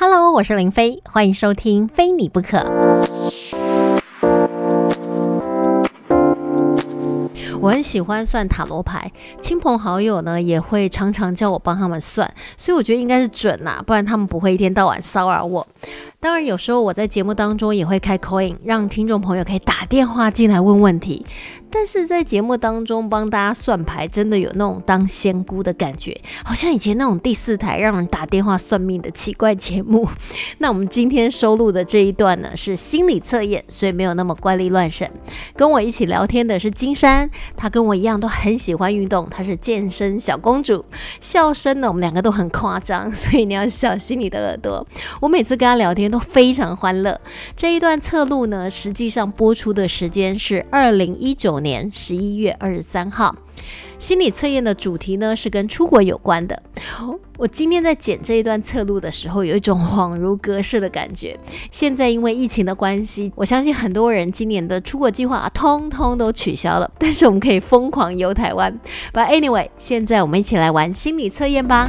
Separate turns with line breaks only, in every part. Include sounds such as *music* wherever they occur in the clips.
喽，我是林飞，欢迎收听《非你不可》。我很喜欢算塔罗牌，亲朋好友呢也会常常叫我帮他们算，所以我觉得应该是准啦，不然他们不会一天到晚骚扰我。当然，有时候我在节目当中也会开 coin，让听众朋友可以打电话进来问问题。但是在节目当中帮大家算牌，真的有那种当仙姑的感觉，好像以前那种第四台让人打电话算命的奇怪节目。 *laughs* 那我们今天收录的这一段呢是心理测验，所以没有那么怪力乱神。跟我一起聊天的是金山，她跟我一样都很喜欢运动，她是健身小公主。笑声呢，我们两个都很夸张， *laughs* 所以你要小心你的耳朵。我每次跟她聊天都非常欢乐。这一段侧录呢，实际上播出的时间是二零一九年十一月二十三号。心理测验的主题呢是跟出国有关的。我今天在剪这一段侧录的时候，有一种恍如隔世的感觉。现在因为疫情的关系，我相信很多人今年的出国计划、啊、通通都取消了，但是我们可以疯狂游台湾。But anyway，现在我们一起来玩心理测验吧。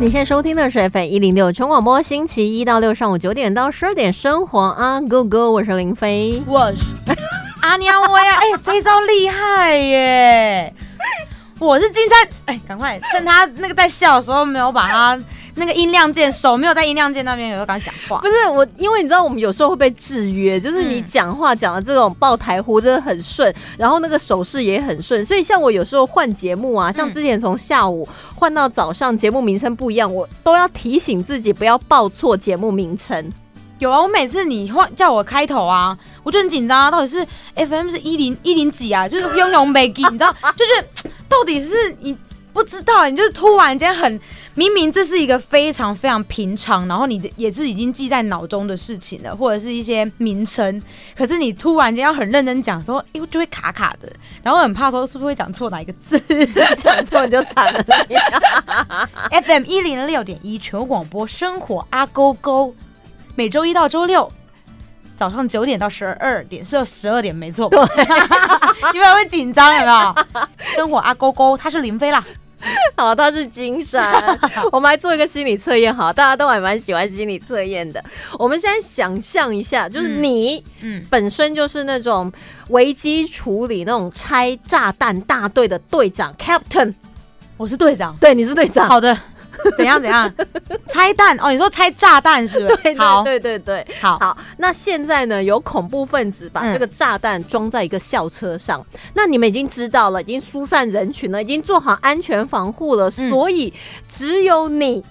你现在收听的是 FM 一零六全广播，星期一到六上午九点到十二点，生活啊，Go Go，我是林飞。
我是阿喵喂啊！哎、这一招厉害耶！我是金山，哎、赶快趁他那个在笑的时候，没有把他那个音量键，手没有在音量键那边，有时候赶快讲话
不。是我，因为你知道我们有时候会被制约，就是你
嗯
讲话讲的这种爆台呼真的很顺，然后那个手势也很顺，所以像我有时候换节目啊，像之前从下午换到早上，节目名称不一样，我都要提醒自己不要报错节目名称。 *laughs*
有啊，我每次你换叫我开头啊，我就很紧张啊，到底是 FM 是一零一零几啊？就是拥有美吉，你知道，就是到底是你不知道，啊你就是突然间很明明这是一个非常非常平常，然后你的也是已经记在脑中的事情了，或者是一些名称，可是你突然间要很认真讲的时候，哎、就会卡卡的，然后很怕说是不是会讲错哪一个字。
讲错你就惨了你。
FM 一零六点一全国广播生活阿勾勾，每周一到周六早上九点到十二点，是十二点没错。对，你们会紧张有没有？生活阿勾勾，他是林飞啦。
好，他是金山。我们来做一个心理测验，好，大家都还蛮喜欢心理测验的。我们现在想象一下，就是
嗯
你
嗯，
本身就是那种危机处理那种拆炸弹大队的队长 Captain，
我是队长。
对，你是队长。*laughs*
好的，怎样怎样？拆弹哦，你说拆炸弹是不
对
是？好
对对对对，
好，
好。那现在呢，有恐怖分子把
嗯
这个炸弹装在一个校车上，那你们已经知道了，已经疏散人群了，已经做好安全防护了，
嗯
所以只有你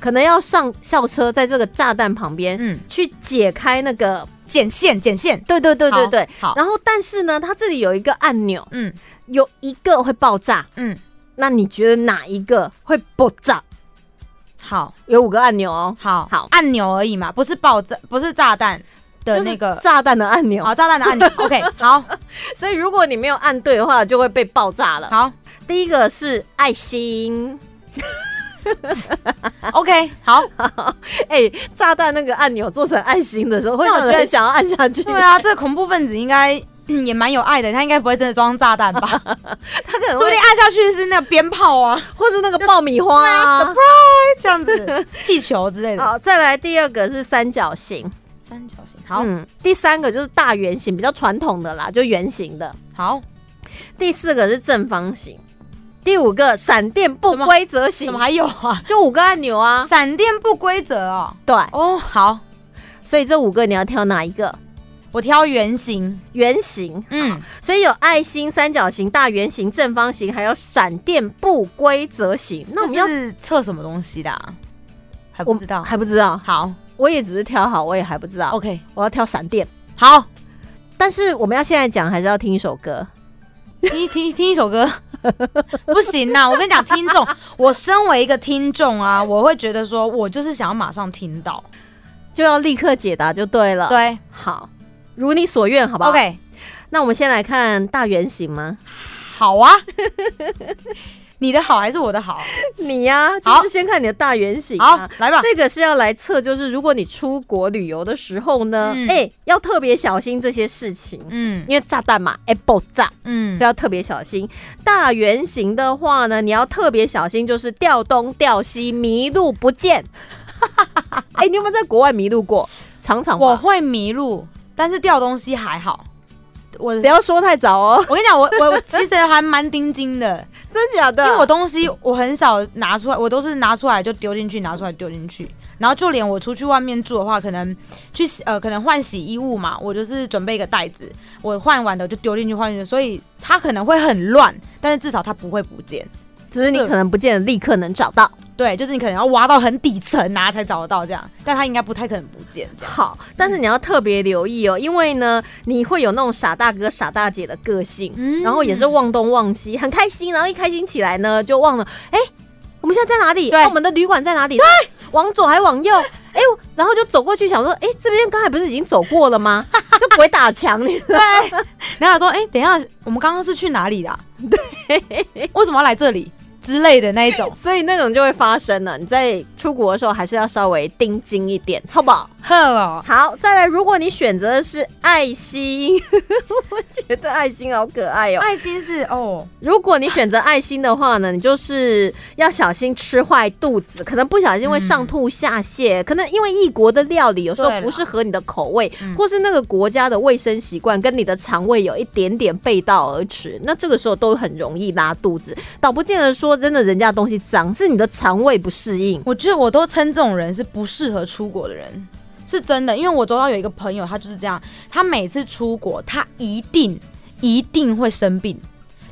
可能要上校车，在这个炸弹旁边、
嗯，
去解开那个，
剪线剪线，
对对对对对。
好，好
然后，但是呢，它这里有一个按钮，
嗯
有一个会爆炸，
嗯，
那你觉得哪一个会爆炸？
好
有五个按钮哦，
好
好
按钮而已嘛，不是爆炸，不是炸弹的那个
就是。炸弹的按钮。
好，炸弹的
*laughs*
按钮。OK，好，
所以如果你没有按对的话，就会被爆炸了。
好
第一个是爱心，
，OK，好，
*laughs* 哎、炸弹那个按钮做成爱心的时候，会
那我
让
觉
人
得
想要按下去。
对，啊，这个恐怖分子应该、 *clears throat* 嗯也蛮有爱的，他应该不会真的装炸弹
*laughs*
吧？说
他可能
不
会
定按下去是那个鞭
*laughs*
炮啊，
或是那个爆米花、
那
啊
个。这样
*laughs*
子，气球之类的。
好，再来第二个是三角形，
三角形，好、
嗯，第三个就是大圆形，比较传统的啦，就圆形的。
好，
第四个是正方形，第五个闪电不
怎么
规则形
怎么，还有啊？
就五个按钮啊。
闪电不规则哦。
对，
哦，好，
所以这五个你要挑哪一个？
我挑圆形。
圆形，
嗯，
所以有爱心、三角形、大圆形、正方形，还有闪电不规则形。那我们要
这是测什么东西的、啊？还
我
不知道。哦
还不知道，
好
我也只是挑好，我也还不知道。
，OK，
我要挑闪电，
好，
但是我们要现在讲，还是要听一首歌？
听听听一首歌， *laughs* 不行啊呐、我跟你讲，听众，我身为一个听众啊，我会觉得说，我就是想要马上听到。
就要立刻解答就对了。，
对
好，如你所愿，好不好
OK， *laughs*
那我们先来看大圆形吗？
好啊。你的好还是我的好？
你呀、
好
就是先看你的大原型、啊。
好，嗯来吧。
这个是要来测，就是如果你出国旅游的时候呢，哎、
嗯
要特别小心这些事情，
嗯
因为炸弹嘛，哎、爆炸，
嗯
所以，要特别小心。大圆形的话呢，你要特别小心，就是掉东掉西，迷路不 *laughs* 见。哎、你有没有在国外迷路过？常常吧
我会迷路，但是掉东西还好。我
不要说太早哦，
我跟你讲，我我我其实还蛮钉钉的，
*laughs* 真假的？
因为我东西我很少拿出来，我都是拿出来就丢进去，拿出来丢进去。然后就连我出去外面住的话，可能去洗呃可能换洗衣物嘛，我就是准备一个袋子，我换完的我就丢进去换进去，所以它可能会很乱，但是至少它不会不见。
只是你可能不见得立刻能找到。
对，就是你可能要挖到很底层啊才找得到这样，但它应该不太可能不见这样。
好，但是你要特别留意哦，因为呢，你会有那种傻大哥、傻大姐的个性，
嗯
然后
*laughs*
也是忘东忘西，很开心，然后一开心起来呢，就忘了，哎、我们现在在哪里？
对
啊我们的旅馆在哪里？对，往左还往右？哎、我然后就走过去想说，哎、这边刚才不是已经走过了
*laughs*
吗？就鬼打墙，你 *laughs* 知道吗？
然后他说：“哎、等一下，我们刚刚是去哪里的、啊？对， *laughs* 为什么要来这里之类的那一种
所以那种就会发生了。你在出国的时候还是要稍微盯紧一点，好不好？
*laughs* 呵哦，
好，再来，如果你选择的是爱心， *laughs* 我觉得爱心好可爱哦。
爱心是哦，
如果你选择爱心的话呢，你就是要小心吃坏肚子，可能不小心会上吐下泻，可能因为异国的料理有时候
对啦
不是合你的口味
嗯，
或是那个国家的卫生习惯跟你的肠胃有一点点背道而驰，那这个时候都很容易拉肚子。倒不见得说真的人家东西脏，是你的肠胃不适应。
我觉得我都称这种人是不适合出国的人，是真的。因为我周遭有一个朋友，他就是这样，他每次出国，他一定一定会生病。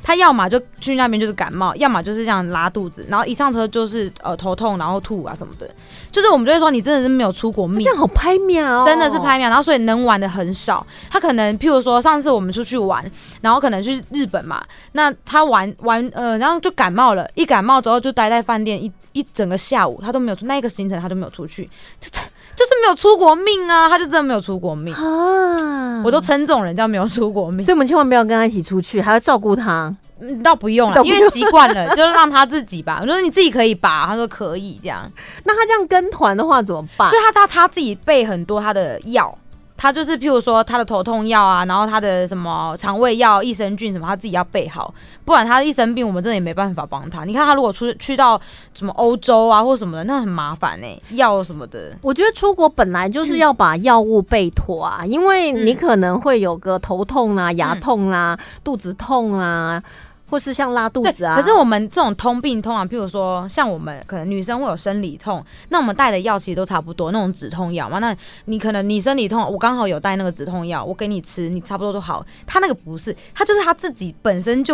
他要么就去那边就是感冒，要么就是这样拉肚子，然后一上车就是呃头痛，然后吐啊什么的。就是我们就会说你真的是没有出国命
这，样好拍秒、哦，
真的是拍秒，然后所以能玩的很少。他可能譬如说上次我们出去玩，然后可能去日本嘛，那他玩玩呃，然后就感冒了，一感冒之后就待在饭店一一整个下午，他都没有出那一个行程，他都没有出去，这这就是没有出国命啊，他就真的没有出国命。
啊！
我都称这种人叫没有出国命
所，以我们千万不要跟他一起出去，还要照顾他。
嗯倒不用了
倒，不
因
用
为习惯了，就让他自己吧。我说你自己可以吧，他说可以这样，
那他这样跟团的话怎么办
所？以他他他自己备很多他的药，他就是譬如说他的头痛药啊，然后他的什么肠胃药、益生菌什么，他自己要备好，不然他一生病，我们真的也没办法帮他。你看他如果出去到什么欧洲啊或什么的，那很麻烦呢、药什么的。
我觉得出国本来就是
嗯
要把药物备妥啊，因为你可能会有个头痛
嗯
啊、牙痛啊、肚子痛啊，或是像拉肚
对，
子啊。
可是我们这种通病，通常啊譬如说，像我们可能女生会有生理痛，那我们带的药其实都差不多，那种止痛药嘛。那你可能你生理痛，我刚好有带那个止痛药，我给你吃，你差不多都好。他那个不是，他就是他自己本身就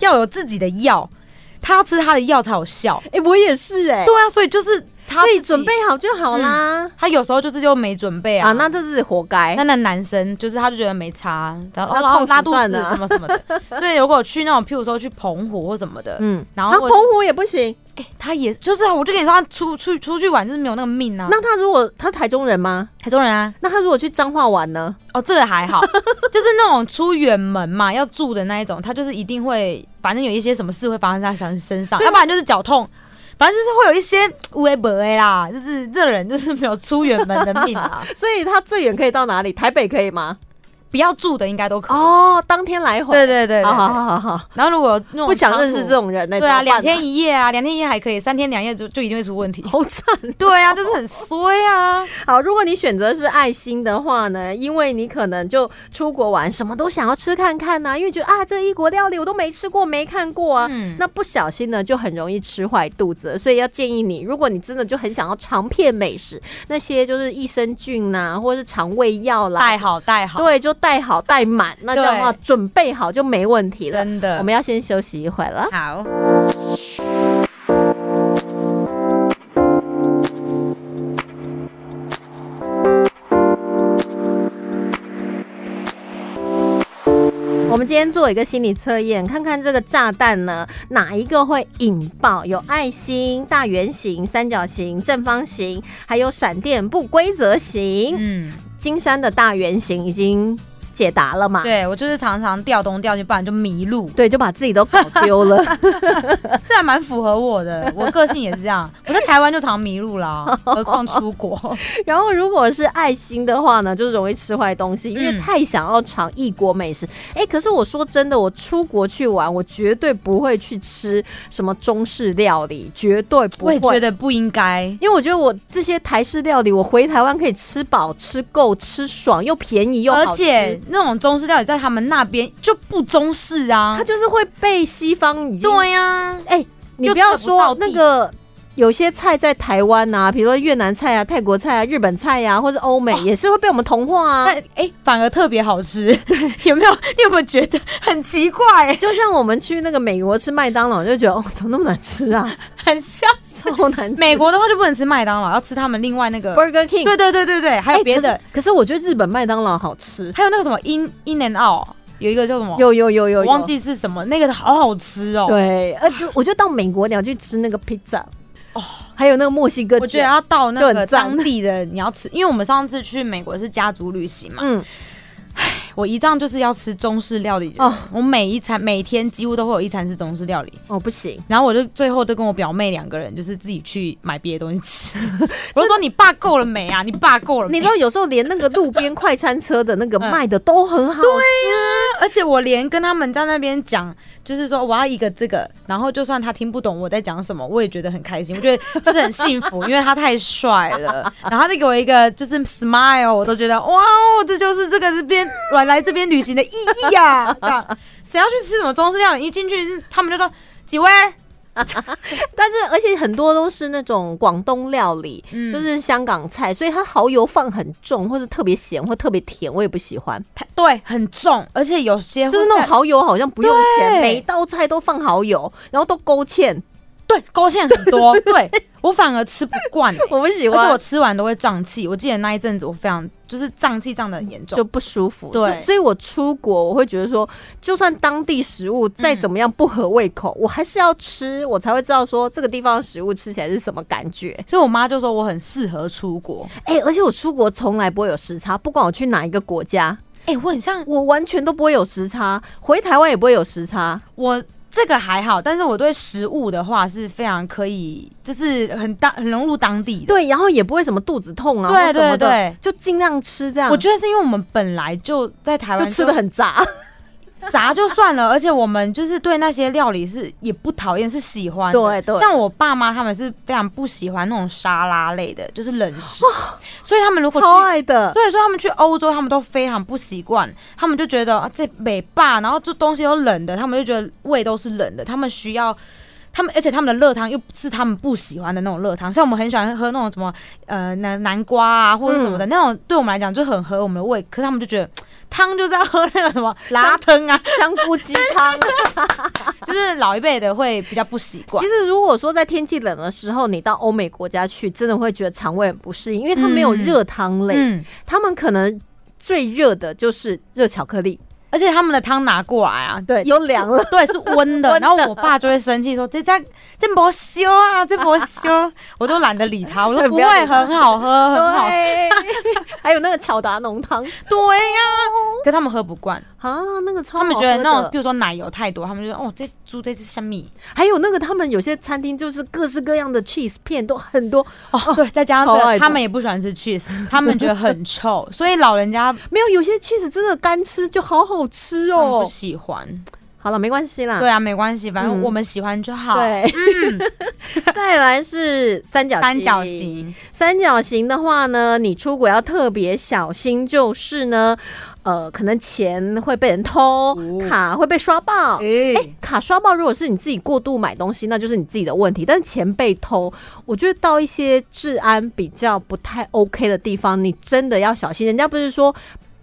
要有自己的药，他要吃他的药才有效。
哎、我也是哎、
对啊，所以就是他
所以
自己
准备，好就好啦。啊
他有时候就是又没准嗯备啊。哎
啊，那这是活该
那。那男生就是他就觉得没差，然后
那
然后
痛死
拉肚
算
子
了
什么什么的。所以如果去那种譬如说去澎湖或什么的，
嗯，
然
那
后或
澎湖也不行。
哎、他也就是啊，我就跟你说，他出出出去玩就是没有那个命啊。
那他如果他台中人吗？
台中人啊，
那他如果去彰化玩呢？
哦，这个还好， *laughs* 就是那种出远门嘛，要住的那一种，他就是一定会，反正有一些什么事会发生在他身身上，
所以
要不然就是脚痛，反正就是会有一些微博啦，就是这人就是没有出远门的
*laughs*
命啊，
所以他最远可以到哪里？台北可以吗？
不要住的应该都可以。
哦，当天来回。
对对对对
好好好好好，
然后如果有那种
不想
长
认识
途
这，种人哎呢、
对啊，两天
一。
一夜啊，两天一夜还可以，三天两夜就就一定会出问题
好惨
对啊，就是很
*laughs*
衰啊。
好，如果你选择是爱心的话呢，因为你可能就出国玩，什么都想要吃看看呐、因为觉得啊，这异国料理我都没吃过、没看过啊。
嗯，
那不小心呢，就很容易吃坏肚子，所以要建议你，如果你真的就很想要尝遍美食，那些就是益生菌呐、或者是肠胃药啦
带，好带好，
对，就带好带满，那这样的话准备好就没问题了。
真的。
我们要先休息一会儿了。
好。
我们今天做一个心理测验，看看这个炸弹呢，哪一个会引爆？有爱心、大圆形、三角形、正方形，还有闪电不规则形。
嗯，
金山的大圆形已经。解答了嘛？
对我就是常常调东调西，不然就
*laughs*
迷路。
对，就把自己都搞丢
*laughs*
了。
这还蛮符合我的，我个性也是
*laughs*
这样。我在台湾就常迷路啦，何况出国。
然后如果是爱心的话呢，就是容易吃坏东西，因为
嗯
太想要尝异国美食。哎、可是我说真的，我出国去玩，我绝对不会去吃什么中式料理，绝对不
我也觉
会。
得不应该。
因为我觉得我这些台式料理，我回台湾可以吃饱、吃够、吃爽，又便宜又好
而
吃
且那种中式料理在他们那边就不中式啊
它。就是会被西方已经
对呀、
哎、你
又
不要
吃不到
说
地
那个有些菜在台湾呐、比如说越南菜啊、泰国菜啊、日本菜呀、或者欧美、也是会被我们同化啊
那。哎、反而特别好吃， *laughs* 有没有？你有没有觉得很奇怪、
就像我们去那个美国吃麦当劳，就觉得哦，怎么那么难吃
*laughs*
啊，
很像
超难吃。
美国的话就不能吃麦当劳，要吃他们另外那个。
Burger King，
对对对对对，还有
哎
别
可
的，
是，可是我觉得日本麦当劳好吃。
还有那个什么 In In and Out，有一个叫什么，
有有有有
哦我
有，
忘记是什么，那个好好吃哦。，
对，呃，就我就到美国你要去吃那个 pizza，哦，还有那个墨西哥卷，
我觉得要到那
就
个
很赞
当地的你要吃，因为我们上次去美国是家族旅行嘛，
嗯，
我一仗就是要吃中式料理的人
哦
我每一餐每天几乎都会有一餐是中式料理，
哦不行，
然后我就最后都跟我表妹两个人就是自己去买别的东西吃。 *laughs* 我就说你爸够了没啊？你爸够了没？
你知道有时候连那个路边快餐车的那个
嗯
卖的都很好吃，
而且我连跟他们在那边讲，就是说我要一个这个，然后就算他听不懂我在讲什么，我也觉得很开心，我觉得就是很幸福，因为他太帅了。然后他就给我一个就是 smile，我都觉得哇哦，这就是这个这边来来这边旅行的意义啊！这样谁要去吃什么中式料理，一进去他们就说几位，
但是而且很多都是那种广东料理，
嗯
就是香港菜，所以它蚝油放很重，或是特别咸或特别甜，我也不喜欢。
他对，很重，而且有些会
就是那种蚝油好像不用钱，
对
每一道菜都放蚝油，然后都勾芡，
对勾芡很多，对我反而吃不惯、欸。
我不喜
而且我
欢，
吃完都会胀气，我记得那一阵子我非常就是胀气胀的很严重
就，不舒服。
对
所以所以我出国我会觉得说，就算当地食物再怎么样不合胃口，我还是要吃，我才会知道说这个地方的食物吃起来是什么感觉。
所以我妈就说我很适合出国。
哎、而且我出国从来不会有时差，不管我去哪一个国家，
哎、我很像
我完全都不会有时差，回台湾也不会有时差。
我这个还好，但是我对食物的话是非常可以，就是很当很融入当地的。
对，然后也不会什么肚子痛啊，
对
或什么的
对对
就尽量吃这样。
我觉得是因为我们本来嗯就在台湾
就吃的很 *laughs* 杂，
杂就算了，而且我们就是对那些料理是也不讨厌，是喜欢的。
对对
像我爸妈他们是非常不喜欢那种沙拉类的，就是冷食，所以他们如果去
超爱的。
对，所以他们去欧洲，他们都非常不习惯，他们就觉得啊，这美霸，然后这东西都冷的，他们就觉得胃都是冷的，他们需要。他们而且他们的热汤又是他们不喜欢的那种热汤，像我们很喜欢喝那种什么呃南南瓜啊或者什么
嗯
的、那种，对我们来讲就很合我们的胃。可是他们就觉得汤就是要喝那
*laughs*
个什么拉汤啊，
香菇鸡汤。啊
就是老一辈的会比较不习惯
其。实如果说在天气冷的时候，你到欧美国家去，真的会觉得肠胃很不适应，因为它没有热汤类，
嗯，
他们可能最热的就是热巧克力，
而且他们的汤拿过来啊，
对，又凉
*laughs*
了。
对，是温的。
*laughs* 温的
然后我爸就会生气说：“这家这没修
*laughs*
啊，这没修。”我都懒得理他，我
对
说：“不
*laughs* 不要理
会，
他
很好喝，很好。
对， *laughs* 还有那个巧达浓汤”
对呀、可他们喝不惯，
啊，那个超
他们
哦好
觉得
喝
那
的
种，比如说奶油太多，他们就说：“哦，这猪这只像米
还有那个他们有些餐厅就是各式各样的 cheese 片都很多，
哦。” *laughs* 对，再加上
超
这
爱
个，
的
他们也不喜欢吃 cheese，他们觉得很臭，所以老人家
没有有些 cheese 真的干吃就好好吃
他嗯们不
哦。
喜
*laughs*
欢。
好了，没关系啦。
对啊，没关系，反正
嗯
我们喜欢就好。嗯
对， *laughs* 再来是三角
三角。形，
三角形的话呢，你出国要特别小心，就是呢，呃，可能钱会被人偷，卡会被刷爆。诶，
哎，
卡刷爆，如果是你自己过度买东西，那就是你自己的问题。但是钱被偷，我觉得到一些治安比较不太 OK 的地方，你真的要小心。人家不是说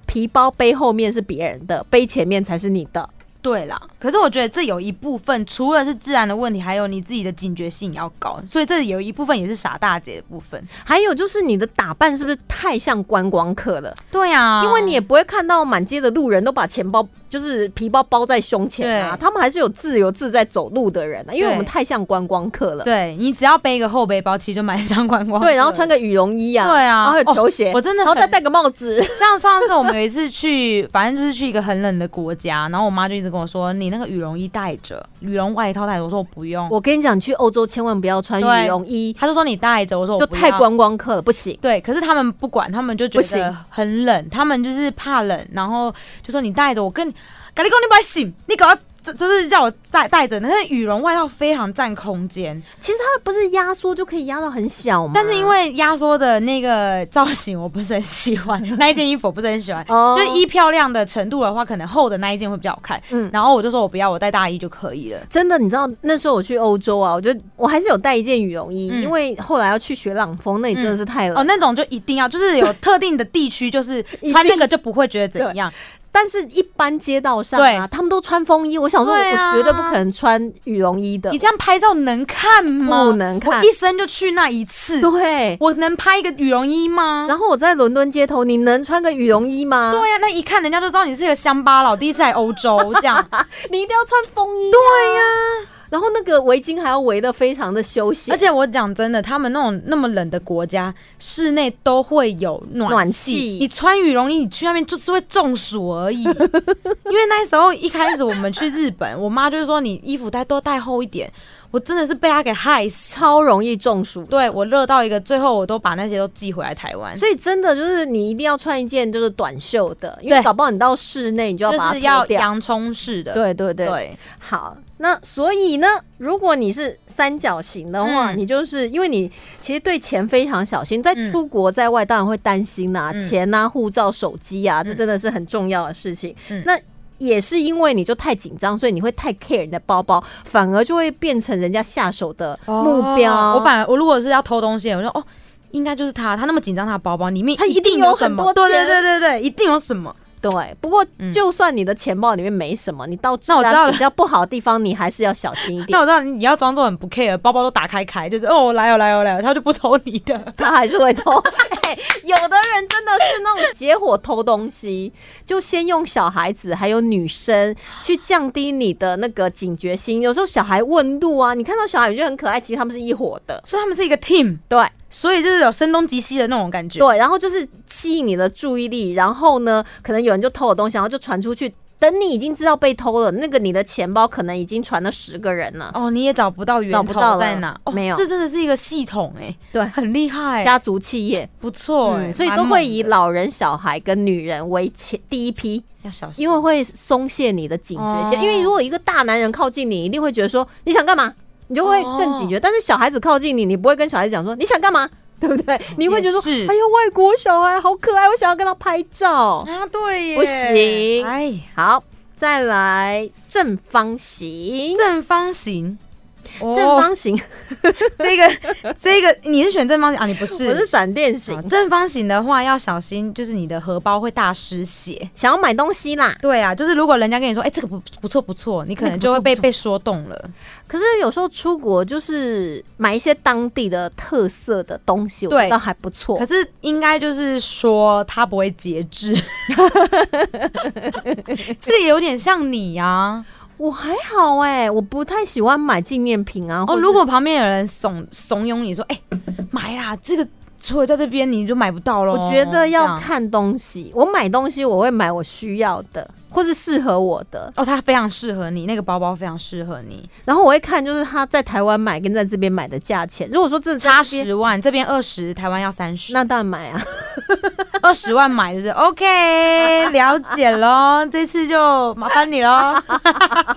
皮包背后面是别人的，背前面才是你的。
对啦，可是我觉得这有一部分除了是自然的问题，还有你自己的警觉性也要高，所以这有一部分也是傻大姐的部分。
还有就是你的打扮是不是太像观光客了？
对啊，
因为你也不会看到满街的路人都把钱包就是皮包包在胸前啊，
对
他们还是有自由自在走路的人啊，因为
对
我们太像观光客了。
对你只要背一个后背包，其实就蛮像观光客。
对，然后穿个羽绒衣啊，
对啊
然后还有球鞋，
我真的
然后
很
再戴个帽
*laughs*
子，
像上次我们有一次去， *laughs* 反正就是去一个很冷的国家，然后我妈就一直跟我说：“你那个羽绒衣带着，羽绒外套带着。”我说：“我不用。
我跟你讲，去欧洲千万不要穿
对
羽绒”衣，
她就说：“你带着。”我说：“我
就
不
太
要
观光客了，不行。
对，可是他们不管，他们就觉
不行
得很冷，他们就是怕冷，然后就说你带着我跟你，赶紧跟你把醒，你搞到就就是叫我带带着，那个羽绒外套非常占空间，
其实它不是压缩就可以压到很小吗？
但是因为压缩的那个造型我不是很喜欢，那一件衣服我不是很喜欢，
*laughs* 哦
就是衣漂亮的程度的话，可能厚的那一件会比较好看，
嗯
然后我就说我不要，我带大衣就可以了，
真的，你知道那时候我去欧洲啊，我就我还是有带一件羽绒衣，
嗯
因为后来要去雪朗峰，那里真的是太冷。
哦，那种就一定要，就是有特定的地区，就是
一
穿那
定
个就不会觉得
*laughs*
怎样，
但是，一般街道上啊，
对
他们都穿风衣，我想说，我
对啊
绝对不可能穿羽绒衣的
你，这样拍照能看吗？
不能看
我一生就去那一次，
对。
我能拍一个羽绒衣吗？
然后啊我在伦敦街头，你能穿个羽绒衣吗？
对呀、啊那一看人家就知道你是个乡巴佬，第一次来欧
*laughs*
洲这样。
你一定要穿风衣、对呀、然后那个围巾还要围得非常的休闲，
*laughs* 而且我讲真的，他们那种那么冷的国家，室内都会有暖气。
暖气
你穿羽绒衣，你去那边就是会中暑
*laughs*
而已。因为那时候一开始我们去日本， *laughs* 我妈就是说你衣服带多带厚一点，我真的是被她给害死。
超容易中暑。
对我热到一个，最后我都把那些都寄回来台湾。
所以真的就是你一定要穿一件就是短袖的，因为
对
搞不好你到室内你就要
就
把它
是
脱
要
掉。
洋葱式的，
对对对，
对
好，那所以呢，如果你是三角形的话，
嗯
你就是因为你其实对钱非常小心，在
嗯
出国在外当然会担心啦、
嗯
钱啊、护照、手机啊，这
嗯
真的是很重要的事情。
嗯
那也是因为你就太紧张，所以你会太 care 你的包包，反而就会变成人家下手的目标。
哦我反而我如果是要偷东西，我就哦，应该就是他，他那么紧张，他的包包里面
他一定
定
有
什
很
么
多？
对对
钱
对对对，一定有什么。
对，不过
嗯
就算你的钱包里面没什么，你到治
那我知道
安
了
比较不好的地方，你还是要小心一点
那。我知道你要装作很不 care，包包都打开开，就是哦，我来哦来哦来哦，他就不偷你
*laughs*
的。
他还是会偷。哎、有的人真的是那种结伙偷东西，就先用小孩子还有女生去降低你的那个警觉心。有时候小孩问路啊，你看到小孩你就很可爱，其实他们是一伙的。
所以他们是一个 team，
对
所以就是有声东击西的那种感觉。
对，然后就是吸引你的注意力，然后呢，可能有人就偷了东西，然后就传出去。等你已经知道被偷了，那个你的钱包可能已经传了十个人了。
哦，你也找不到源
找不到了
头在哪？哦，
没有
这真的是一个系统哎、
对
很厉害、
家族企业，
不错、哎
嗯，所以
蛮
都
猛
会以
的
老人、小孩跟女人为前第一批。
要小心，
因为会松懈你的警觉性，
哦
因为如果一个大男人靠近你，一定会觉得说你想干嘛，你就会更警
哦
觉。但是小孩子靠近你，你不会跟小孩子讲说你想干嘛，对不对？你会觉得说，
是
哎呀，外国小孩好可爱，我想要跟他拍照。
啊，对耶，
不行
哎，
好，再来正方形，
正方形，哦
正方形， *laughs*
这个这个你是选正方形啊？你不是？啊
我是闪电型
好。正方形的话要小心，就是你的荷包会大失血。
想要买东西啦，
对啊，就是如果人家跟你说，哎、这个不不错不错，你可能就会被
那个不错不错
被说动了。
可是有时候出国就是买一些当地的特色的东西，我
对
觉得还不错
可。是应该就是说他不会节制， *laughs* 这个也有点像你啊。
我还好哎、我不太喜欢买纪念品啊。或
哦，
是
如果旁边有人怂怂恿你说，哎、买啦，这个除了在这边你就买不到了。
我觉得
这
要
样
看东西，我买东西我会买我需要的，或是适合我的。
哦，它非常适合你，那个包包非常适合你。
然后我会看，就是他在台湾买跟在这边买的价钱。如果说真的在
差
这边，
十万，这边二十，台湾要三十，
那当然买啊。
二十万买就是
*laughs*
OK，了解喽，这次就麻烦你喽。 *laughs*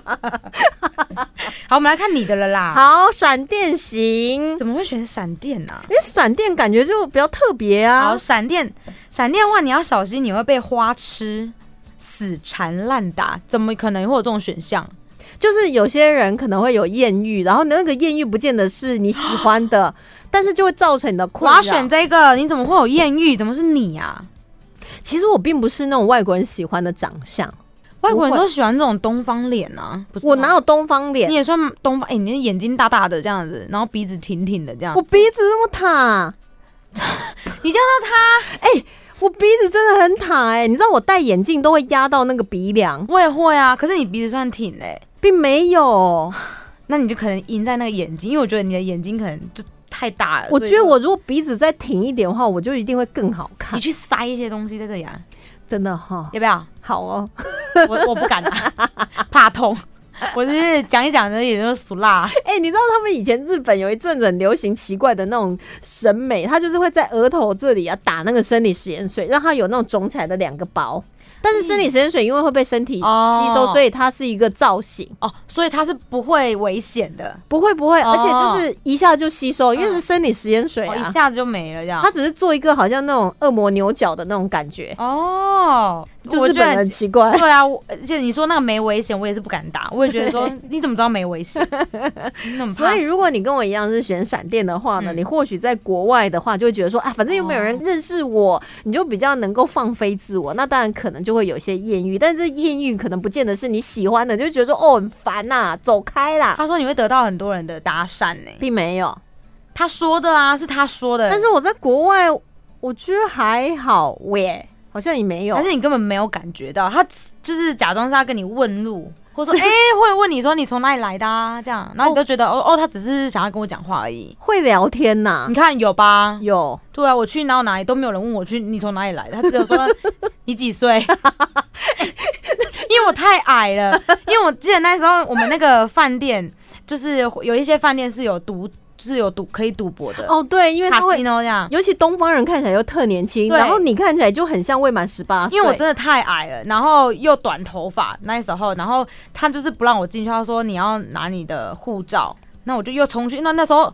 好，我们来看你的了啦。，
好，闪电型，
怎么会选闪电呢、
因为闪电感觉就比较特别啊
好，。闪电，闪电的话你要小心，你会被花痴。死缠烂打，怎么可能会有这种选项？
就是有些人可能会有艳遇，然后那个艳遇不见得是你喜欢
*gasps*
的，但是就会造成你的
我
困扰。
要选，这个，你怎么会有艳遇？怎么是你啊？
其实我并不是那种外国人喜欢的长相，
外国人都喜欢这种东方脸啊，不是
我
吗
哪有东方
你
脸？
也算东方？哎、你的眼睛大大的这样子，然后鼻子挺挺的这样
我。鼻子那么塔，
你叫
我鼻子真的很塔哎、你知道我戴眼镜都会压到那个鼻梁，
他，我也会啊。可是你鼻子算挺嘞、
并没有。
啊那你就可能赢在那个眼睛，因为我觉得你的眼睛可能就太大了。
我
所以
觉得
就
我如果鼻子再挺一点的话，我就一定会更好看
你。去塞一些东西在这里啊，
真的哈、
要不 *laughs* 要？
好哦，
我我不敢啊，怕痛。我就是讲一讲的，也就是俗辣。
哎、你知道他们以前日本有一阵子很流行奇怪的那种审美，他就是会在额头这里啊打那个生理食盐水，让它有那种肿起来的两个包。但是生理食盐水因为会被身体
哦
吸收，所以它是一个造型，
*laughs* 哦，所以它是不会危险的，
不会不会，
哦
而且就是一下就吸收，因为是生理食盐水
哦，一
啊。
下子就没了这样
它。只是做一个好像那种恶魔牛角的那种感觉，
哦，
就
我
日
觉得
本人
很
很奇
*laughs*
怪。
对啊，我而且你说那个没危险，我也是不敢打。我也觉 *laughs* 得说，你怎么知道没危 *laughs* 险？你怎么怕
所以，如果你跟我一样是选闪电的话呢，
嗯哦
你或许在国外的话，就会觉得说啊，反正又没有人认识我，你就比较能够放飞自我。那当然可能就会有一些艳遇，但是艳遇可能不见得是你喜欢的，你就觉得说哦很烦呐、走开
*laughs*
啦，
他说你会得到很多人的搭讪呢、
并没有。
他说的啊，是他说的，
但是我在国外，我觉得还好喂，好像也没有
但。是你根本没有感觉到，他就是假装是要跟你问路，或者说哎、会问你说你从哪里来的啊，这样，然后你都觉得哦哦，他只是想要跟我讲话而已。
会聊天呐、
你看有吧？
有，
对啊，我去哪有哪里都没有人问我去你从哪里来的，他只
*laughs*
有说你几岁， *laughs* 因为我太矮了，因为我记得那时候我们那个饭店就是有一些饭店是有赌，就是有赌可以赌博的，
哦，对，因为
卡
他
西
会，
诺这样。
尤其东方人看起来又特年轻，
对
然后你看起来就很像未满十八岁，
因为我真的太矮了，然后又短头发，那时候，然后他就是不让我进去，他说你要拿你的护照，那我就又冲去。那那时候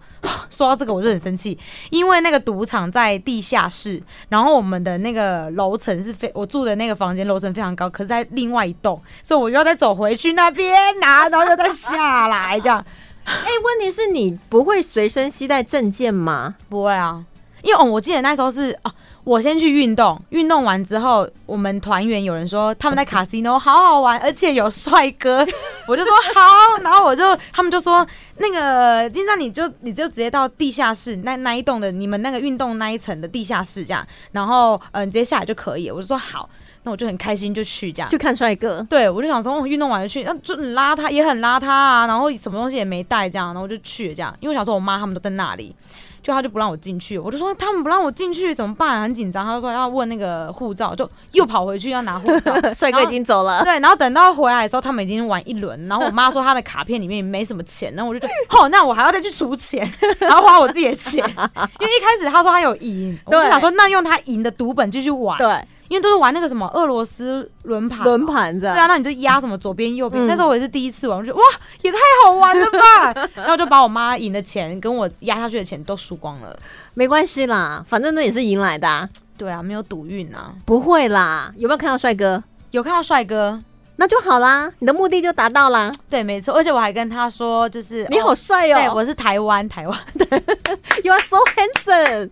说到这个，我就很生气，因为那个赌场在地下室，然后我们的那个楼层是非我住的那个房间楼层非常高，可是在另外一栋，所以我又再走回去那边拿，然后又再下来，这样
哎、问题是你不会随身携带证件吗？
不会啊，因为哦，我记得那时候是哦。我先去运动，运动完之后，我们团员有人说他们在卡西诺好好玩，而且有帅哥， *laughs* 我就说好，然后我就他们就说那个金章你就你就直接到地下室那那一栋的你们那个运动那一层的地下室这样，然后嗯、呃、你直接下来就可以，我就说好，那我就很开心就 *laughs* 去这样，
去看帅
*laughs*
哥，
对，我就想说，哦运动完就去，那就很邋遢，也很邋遢啊，然后什么东西也没带，这样，然后我就去了这样，因为我想说我妈他们都在那里，就她就不让我进去，我就说他们不让我进去怎么办、很紧张，她就说要问那个护照，就又跑回去要拿护
*laughs*
照，
帅哥已经走了。
对，然后等到回来的时候，他们已经玩一轮，然后我妈说她的卡片里面没什么钱，然后我就觉得，哦，那我还要再去除钱， *laughs* 然后花我自己的钱，因为一开始她说她有赢，我就
对
想说那用她赢的赌本继续 *laughs* 玩，
对，
因为都是玩那个什么俄罗斯轮盘嘛，
轮盘这
对啊，
样。
那你就压什么左边右边。
嗯
那时候我也是第一次玩，我就觉得哇，也太好玩了
*laughs*
吧！然后就把我妈赢的钱跟我压下去的钱都输光了。
没关系啦，反正那也是赢来的、啊，
对啊，没有赌运啊。
不会啦。有没有看到帅哥？
有看到帅哥，
那就好啦，你的目的就达到啦。
对，没错。而且我还跟他说，就是
你好
哦
帅 *laughs*
对，
哦、
我是台湾，台湾，
y o u are so
*laughs*
handsome。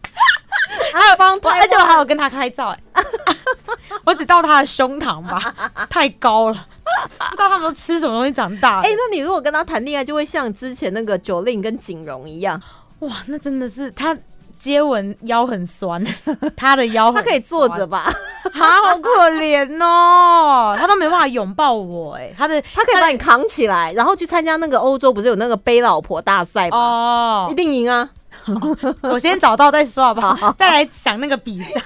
阿邦
我
台
*laughs* 而且我
湾
还有跟他拍照、哎， *laughs* 我只到他的胸
*laughs*
膛吧，太高了，不知道他们都吃什么东西长大的。
哎、那你如果跟他谈恋爱，就会像之前那个九令跟景荣一
*laughs*
样，
哇，那真的是他接吻腰很酸， *laughs* 他的腰
他
很
可以坐
酸
着吧？
*laughs* 啊，好可怜哦，他都没办法拥抱我哎、他的
*laughs* 他可以把你扛起来，然后去参加那个欧洲不是有那个背老婆大赛吗？一
哦，
定赢啊！
我先找到再说好不好？再来想那个比赛。